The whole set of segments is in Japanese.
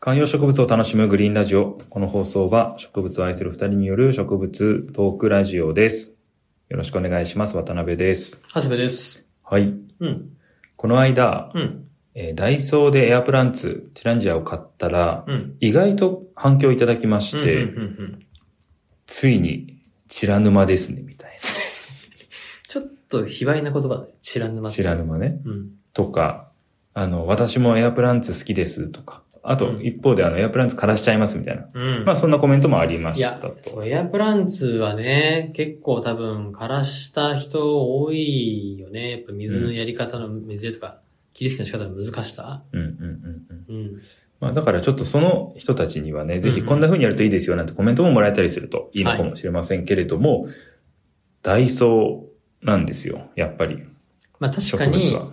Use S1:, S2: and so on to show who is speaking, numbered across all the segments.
S1: 観葉植物を楽しむグリーンラジオ。この放送は植物を愛する二人による植物トークラジオです。よろしくお願いします。渡辺です。
S2: 長谷部です。
S1: はい。
S2: うん。
S1: この間、
S2: うん。
S1: えーダイソーでエアプランツ、チランジアを買ったら、
S2: うん。
S1: 意外と反響いただきまして、
S2: うんうんうんうん
S1: ついに、チラ沼ですね、みたい
S2: ちょっと卑猥な言葉で、知らぬま
S1: な。チラ沼ね。
S2: うん。
S1: とか、あの、私もエアプランツ好きです、とか。あと、
S2: うん
S1: 一方で、あの、エアプランツ枯らしちゃいます、みたいな。
S2: うん。
S1: まあ、そんなコメントもありま
S2: い
S1: した
S2: や
S1: と。、
S2: そう、エアプランツはね、結構多分、枯らした人多いよね。やっぱ水のやり方の、水やりとか、切り引きの仕方の難しさ。
S1: うんうんうんうん。
S2: うん。
S1: まあだからちょっとその人たちにはね、ぜひこんな風にやるといいですよなんてコメントももらえたりするといいのかもしれませんけれども、ダイソーなんですよ、やっぱり。
S2: まあ確
S1: 植
S2: か
S1: 物
S2: に、 い
S1: は。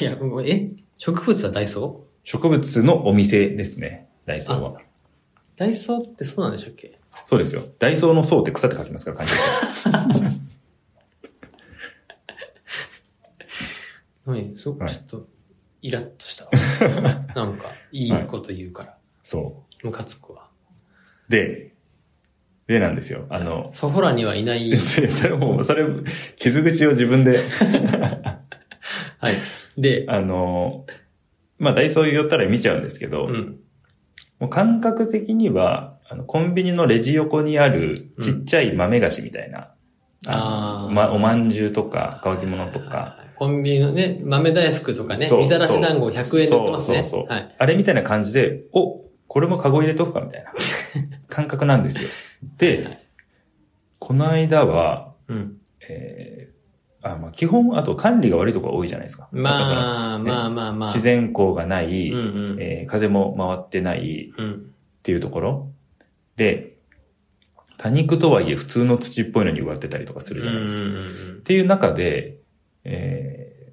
S2: や、もうえ植物はダイソ
S1: 植物のお店ですね、ダイソーは。
S2: ーダイソーってそうなんでしたっけ
S1: そうですよ。ダイソーの層って草って書きますから、漢字で。
S2: はい、そう、
S1: はい
S2: ちょっと、イラッとしたわ。 なんか、いいこと言うから、
S1: そ
S2: ムカつくわ。
S1: う。で、でなんですよ。あの、。
S2: ソフォラにはいない
S1: それもう、それ、傷口を自分で、
S2: はい。で、
S1: あの、まあダイソー寄ったら見ちゃうんですけど、
S2: うん。
S1: もう感覚的には、あの、コンビニのレジ横にあるちっちゃい豆菓子みたいな、
S2: あー
S1: ま、おまんじゅうとか、乾き物とか、
S2: コンビニのね、豆大福とかね、
S1: そう
S2: みたらし団子100円で売ってますね。
S1: そうそうそう
S2: はい。
S1: あれみたいな感じで、お、これもカゴ入れとくかみたい な感覚なんですよ。で、この間は、
S2: うん。
S1: えーあまあ、基本、あと管理が悪いところが多いじゃないですか。あ、
S2: まあ、
S1: ね
S2: まあまあまあ。
S1: 自然光がない、
S2: うんうん。
S1: えー風も回ってない、
S2: うん。
S1: っていうところで、多肉とはいえ普通の土っぽいのに植わってたりとかするじゃないですか。
S2: うんうん
S1: っていう中で、え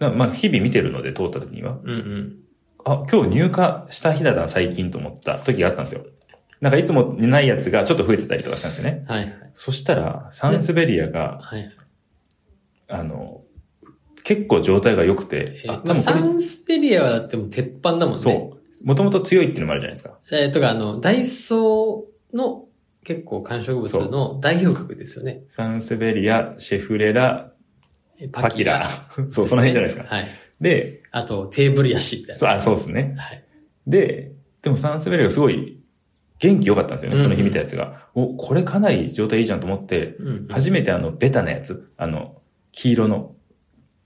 S1: ーなまあ日々見てるので通った時には、
S2: うん。うんうん。
S1: あ、今日入荷した日だな最近と思った時があったんですよ。なんかいつもないやつがちょっと増えてたりとかしたんですよね。
S2: はい。
S1: そしたら、サンスベリアが、
S2: はい。
S1: あの、結構状態が良くて、
S2: え
S1: あ、多
S2: ま
S1: 分
S2: あ、
S1: こ
S2: サ
S1: れ、
S2: ンスペリアはだってもう鉄板だもんね。
S1: そう。もともと強いっていうのもあるじゃないですか。
S2: う。えー、とか、あの、ダイソーの結構観賞物の代表格ですよね。
S1: サンスベリア、シェフレラ、
S2: え
S1: パキラ。。そう、その辺じゃないですか。
S2: はい。
S1: で、
S2: あと、テーブルヤシみたい
S1: そうあそうですね。
S2: な。はい。
S1: で、でもサンスベリアがすごい元気良かったんですよね、その日
S2: うんうん
S1: 見たやつが。お、これかなり状態いいじゃんと思って、
S2: うんうん。
S1: 初めてあの、ベタなやつ、あの、黄色の、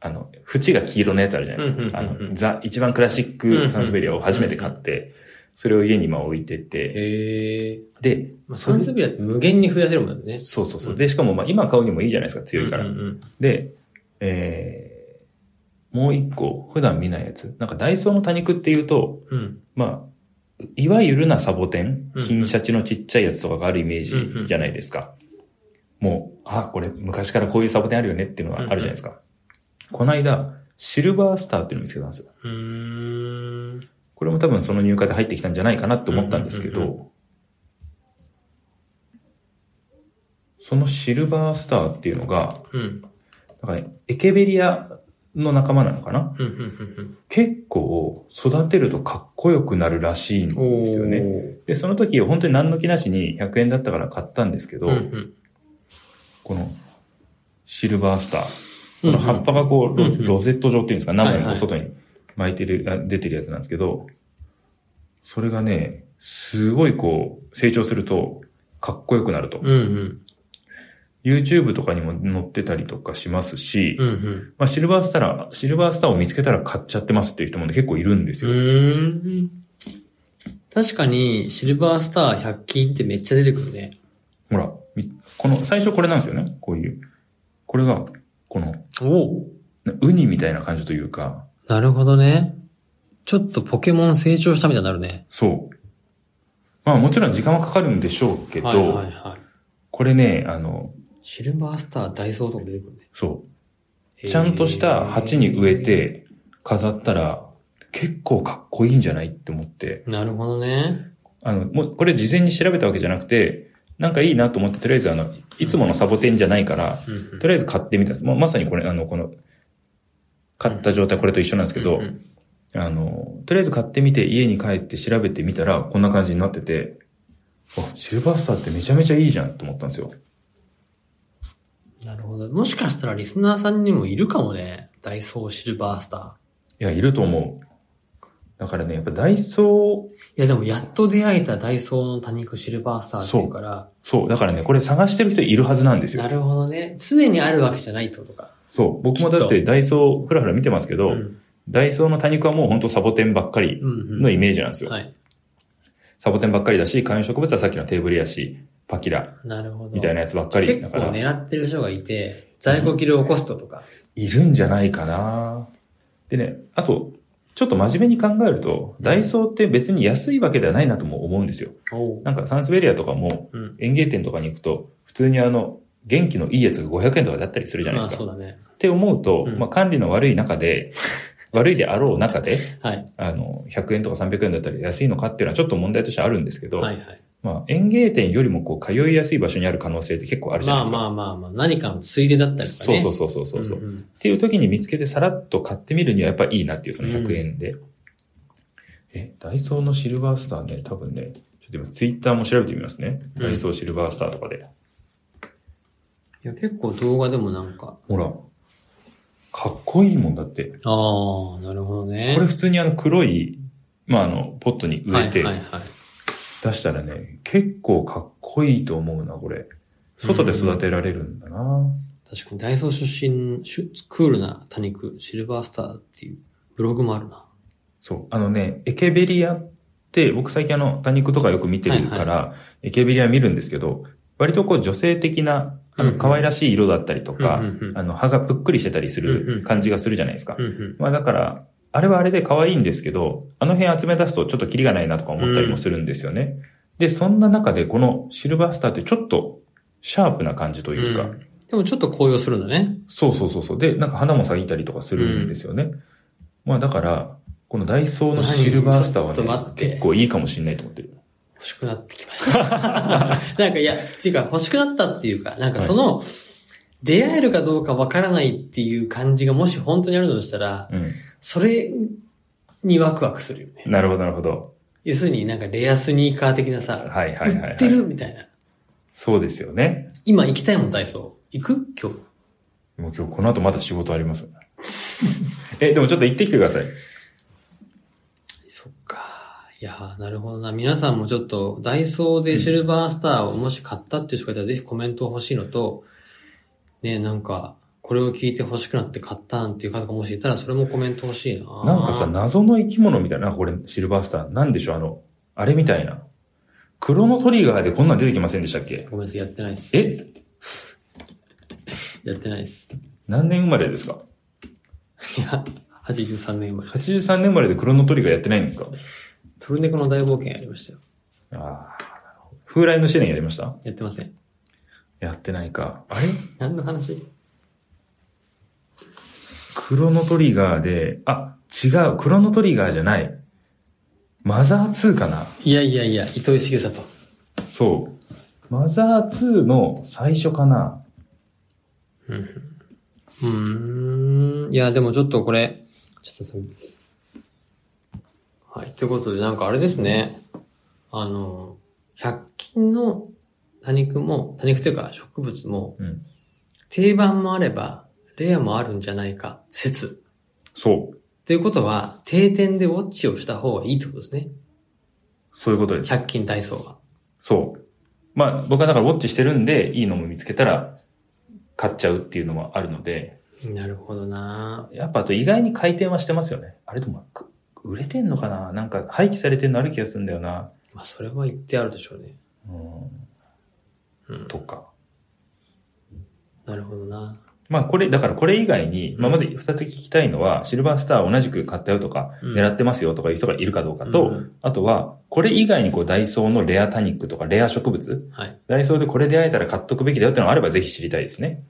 S1: あの、縁が黄色のやつあるじゃないですか。あ
S2: うんうんうんうん
S1: の、ザ、一番クラシッ
S2: うんう
S1: ク
S2: ん
S1: サンスベリアを初めて買って、それを家に今置いてて、
S2: へえ。
S1: で、
S2: まあ、サンスベリアって無限に増やせるもんね。
S1: そうそうそう。で、しかもまあ今買うにもいいじゃないですか、強いから
S2: うん。うん
S1: で、えー、もう一個、普段見ないやつ。なんかダイソーの多肉っていうと、
S2: うん。うん
S1: まあ、いわゆるなサボテン
S2: うん、
S1: 金シャチのちっちゃいやつとかがあるイメージじゃないですか。もう、あ、これ昔からこういうサボテンあるよねっていうのがあるじゃないですか。この間、シルバースターっていうのを見つけたんですよ。
S2: うーん。
S1: これも多分その入荷で入ってきたんじゃないかなって思ったんですけ
S2: うんうん
S1: ど、そのシルバースターっていうのが、
S2: うん。
S1: なんかね、エケベリアの仲間なのかな
S2: うん。うん。
S1: 結構育てるとかっこよくなるらしいん
S2: うん。うん。
S1: ですよね。で、その時、本当に何の気なしに100円だったから買ったんですけど、
S2: おー。うん。
S1: このシルバースター。こ
S2: うん。
S1: の葉っぱがこう、ロ
S2: うんうん
S1: ロゼット状っていうんですか、何枚も
S2: はい
S1: こ
S2: は
S1: う外
S2: い
S1: に巻いてる、あ出てるやつなんですけど、それがね、すごいこう、成長すると、かっこよくなると。
S2: うん。うん。
S1: YouTube とかにも載ってたりとかしますし、
S2: うん。うん。
S1: まあ、シルバースター、シルバースターを見つけたら買っちゃってますっていう人もね、結構いるんです
S2: う
S1: よ。
S2: ーん。確かに、シルバースター100均ってめっちゃ出てくるね。
S1: ほら、みこの、最初これなんですよね、こういう。これが、この、
S2: おお。
S1: ウニみたいな感じというか、
S2: なるほどね。ちょっとポケモン成長したみたいになるね。
S1: そう。まあもちろん時間はかかるんでしょうけど、
S2: はいはいはい。
S1: これね、あの、
S2: シルバースターダイソーとか出てくるね。
S1: そう、ちゃんとした鉢に植えて飾ったら、結構かっこいいんじゃないって思って、
S2: へー。なるほどね。
S1: あの、もうこれ事前に調べたわけじゃなくて、なんかいいなと思って、とりあえずあの、いつものサボテンじゃないから、
S2: うんうん。
S1: とりあえず買ってみたんです。まあまさにこれ、あの、この、買った状態これと一緒なんですけど、
S2: うんうん
S1: あの、とりあえず買ってみて、家に帰って調べてみたら、こんな感じになってて、あ、シルバースターってめちゃめちゃいいじゃんと思ったんですよ。
S2: なるほど。もしかしたらリスナーさんにもいるかもね。ダイソーシルバースタ
S1: いや、いると思う。だからね、やっぱダイソー、
S2: ー。いやでもやっと出会えたダイソーの多肉シルバースターっていうから、
S1: そう、だからね、これ探してる人いるはずなんですよ
S2: な。るほどね。常にあるわけじゃないってことか。
S1: そう、僕もだっ
S2: き
S1: てダイソー、ふらふら見てますけど、
S2: うん。
S1: ダイソーの多肉はもうほんとサボテンばっかり
S2: うん、うん。
S1: のイメージなんですよ。
S2: はい。
S1: サボテンばっかりだし、観葉植物はさっきのテーブルやし、パキラ
S2: なるほど。
S1: みたいなやつばっかり。
S2: 結
S1: だ
S2: 構
S1: から、
S2: 狙ってる人がいて、在庫切れを起こすととか。
S1: いるんじゃないかなでね、あと、ちょっと真面目に考えると、ダイソーって別に安いわけではないなとも思うんですよ。
S2: おう
S1: なんかサンスベリアとかも
S2: うん。
S1: 園芸店とかに行くと、普通にあの、元気のいいやつが500円とかだったりするじゃないで
S2: まあ
S1: すか。
S2: そうだね。
S1: って思うと、
S2: うん
S1: まあ管理の悪い中で、悪いであろう中で、
S2: はい。
S1: あの、100円とか300円だったら安いのかっていうのはちょっと問題としてあるんですけど、
S2: はいはい。
S1: まあ園芸店よりもこう通いやすい場所にある可能性って結構あるじゃな
S2: ま
S1: いで
S2: あ
S1: すか。
S2: まあまあまあ、何かのついでだったりとか
S1: そう
S2: ね。
S1: そうそうそうそう。う
S2: うんうん
S1: っていう時に見つけてさらっと買ってみるにはやっぱいいなっていう、その100円で。え、ダイソーのシルバースターね、多分ね、ちょっと今ツイッターも調べてみますね。
S2: うん
S1: ダイソーシルバースターとかで。
S2: いや、結構動画でもなんか。
S1: ほら、かっこいいもんだって。
S2: ああ、なるほどね。
S1: これ普通にあの黒い、まああの、ポットに植えて
S2: はいはいはい。
S1: 出したらね、結構かっこいいと思うな、これ。外で育てられるんだな。
S2: 確かに、ダイソー出身、シュクールな多肉、シルバースターっていうブログもあるな。
S1: そう。あのね、エケベリアって、僕最近あの、多肉とかよく見てるから、エケベリア見るんですけど、割とこう女性的な、あ
S2: うんう
S1: の、
S2: ん
S1: 可愛らしい色だったりとか、
S2: うんうんうん
S1: あの、葉がぷっくりしてたりす
S2: うんう
S1: る
S2: ん
S1: 感じがするじゃないですか。
S2: うんうん。
S1: まあだから、あれはあれで可愛いんですけど、あの辺集め出すとちょっとキリがないなとか思ったりもするんですよね。で、そんな中でこのシルバースターってちょっとシャープな感じというか、
S2: うんでもちょっと高揚するんだね。
S1: そうそうそうそう。で、なんか花も咲いたりとかするんですよね。まあだから、このダイソーのシルバースターは
S2: ちょっと待
S1: ね
S2: っ、て
S1: 結構いいかもしれないと思ってる。
S2: 欲しくなってきま した。なんかいや、っていうか欲しくなったっていうか、なんかその、出会えるかどうかわからないっていう感じがもし本当にあるとしたら、
S1: う
S2: それにワクワクするよね。
S1: ん。なるほど、なるほど。
S2: 要するになんかレアスニーカー的なさ、
S1: はいはいはい、は
S2: 売
S1: い
S2: っ。てるみたいな。
S1: そうですよね。
S2: 今行きたいもん、ダイソー。行く今日。
S1: もう今日この後まだ仕事あります。 え、でもちょっと行ってきてください。
S2: そっか。いやーなるほどな。皆さんもちょっと、ダイソーでシルバースターをもし買ったっていう人がいたら、ぜひコメント欲しいのと、ね、なんか、これを聞いて欲しくなって買ったなんていう方がもしいたら、それもコメント欲しいな。
S1: なんかさ、
S2: な、
S1: 謎の生き物みたいな、これシルバースター。なんでしょう、あの、あれみたいな。クロノトリガーでこんなん出てきませんでしたっけ
S2: ごめんなさい、やってないです。
S1: え
S2: やってないです。
S1: 何年生まれですか
S2: いや、83年生まれ。
S1: ?83 年生まれでクロノトリガーやってないんですか
S2: トルネコの大冒険やりましたよ。
S1: ああ、なるほど風来の試練やりました
S2: やってません。
S1: やってないか。あれ
S2: 何の話
S1: クロノトリガーで、あ、違う。クロノトリガーじゃない。マザー2かな。
S2: いやいやいや、糸井重里。
S1: そう。マザー2の最初かな。
S2: うーん。いや、でもちょっとこれ、ちょっとそれはい。ということで、なんかあれですね。あの、100均の多肉も、多肉というか植物も、
S1: うん。
S2: 定番もあれば、レアもあるんじゃないか、説。
S1: そう。
S2: ということは、定点でウォッチをした方がいいってことですね。
S1: そういうことです。
S2: 100均体操は。
S1: そう。まあ、僕はだからウォッチしてるんで、いいのも見つけたら、買っちゃうっていうのもあるので、
S2: なるほどな
S1: やっぱあと意外に回転はしてますよね。あれでも、く売れてんのかななんか廃棄されてるのある気がするんだよな。
S2: まあ、それは言ってあるでしょうね。
S1: う
S2: うん
S1: ん。とか。
S2: なるほどな
S1: まあこれ、だからこれ以外に、まあまず二つ聞きたいのは、シルバースター同じく買ったよとか、
S2: うん
S1: 狙ってますよとかいう人がいるかどうか
S2: う
S1: と
S2: ん、
S1: あとは、これ以外にこうダイソーのレアタニックとかレア植物、
S2: はい。
S1: ダイソーでこれ出会えたら買っとくべきだよってのがあればぜひ知りたいですね。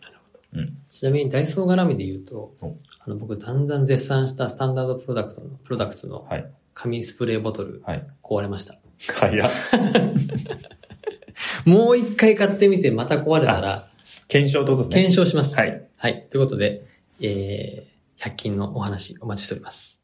S2: ちなみにダイソー絡みで言うと
S1: お、
S2: あの僕だんだん絶賛したスタンダードプロダクトの、プロダクツの
S1: はい
S2: 紙スプレーボトル
S1: はい。
S2: 壊れました。
S1: 早っ。
S2: もう一回買ってみてまた壊れたら
S1: 検証ってことですね。
S2: 検証します。
S1: はい。
S2: はい。ということで、えー、100均のお話お待ちしております。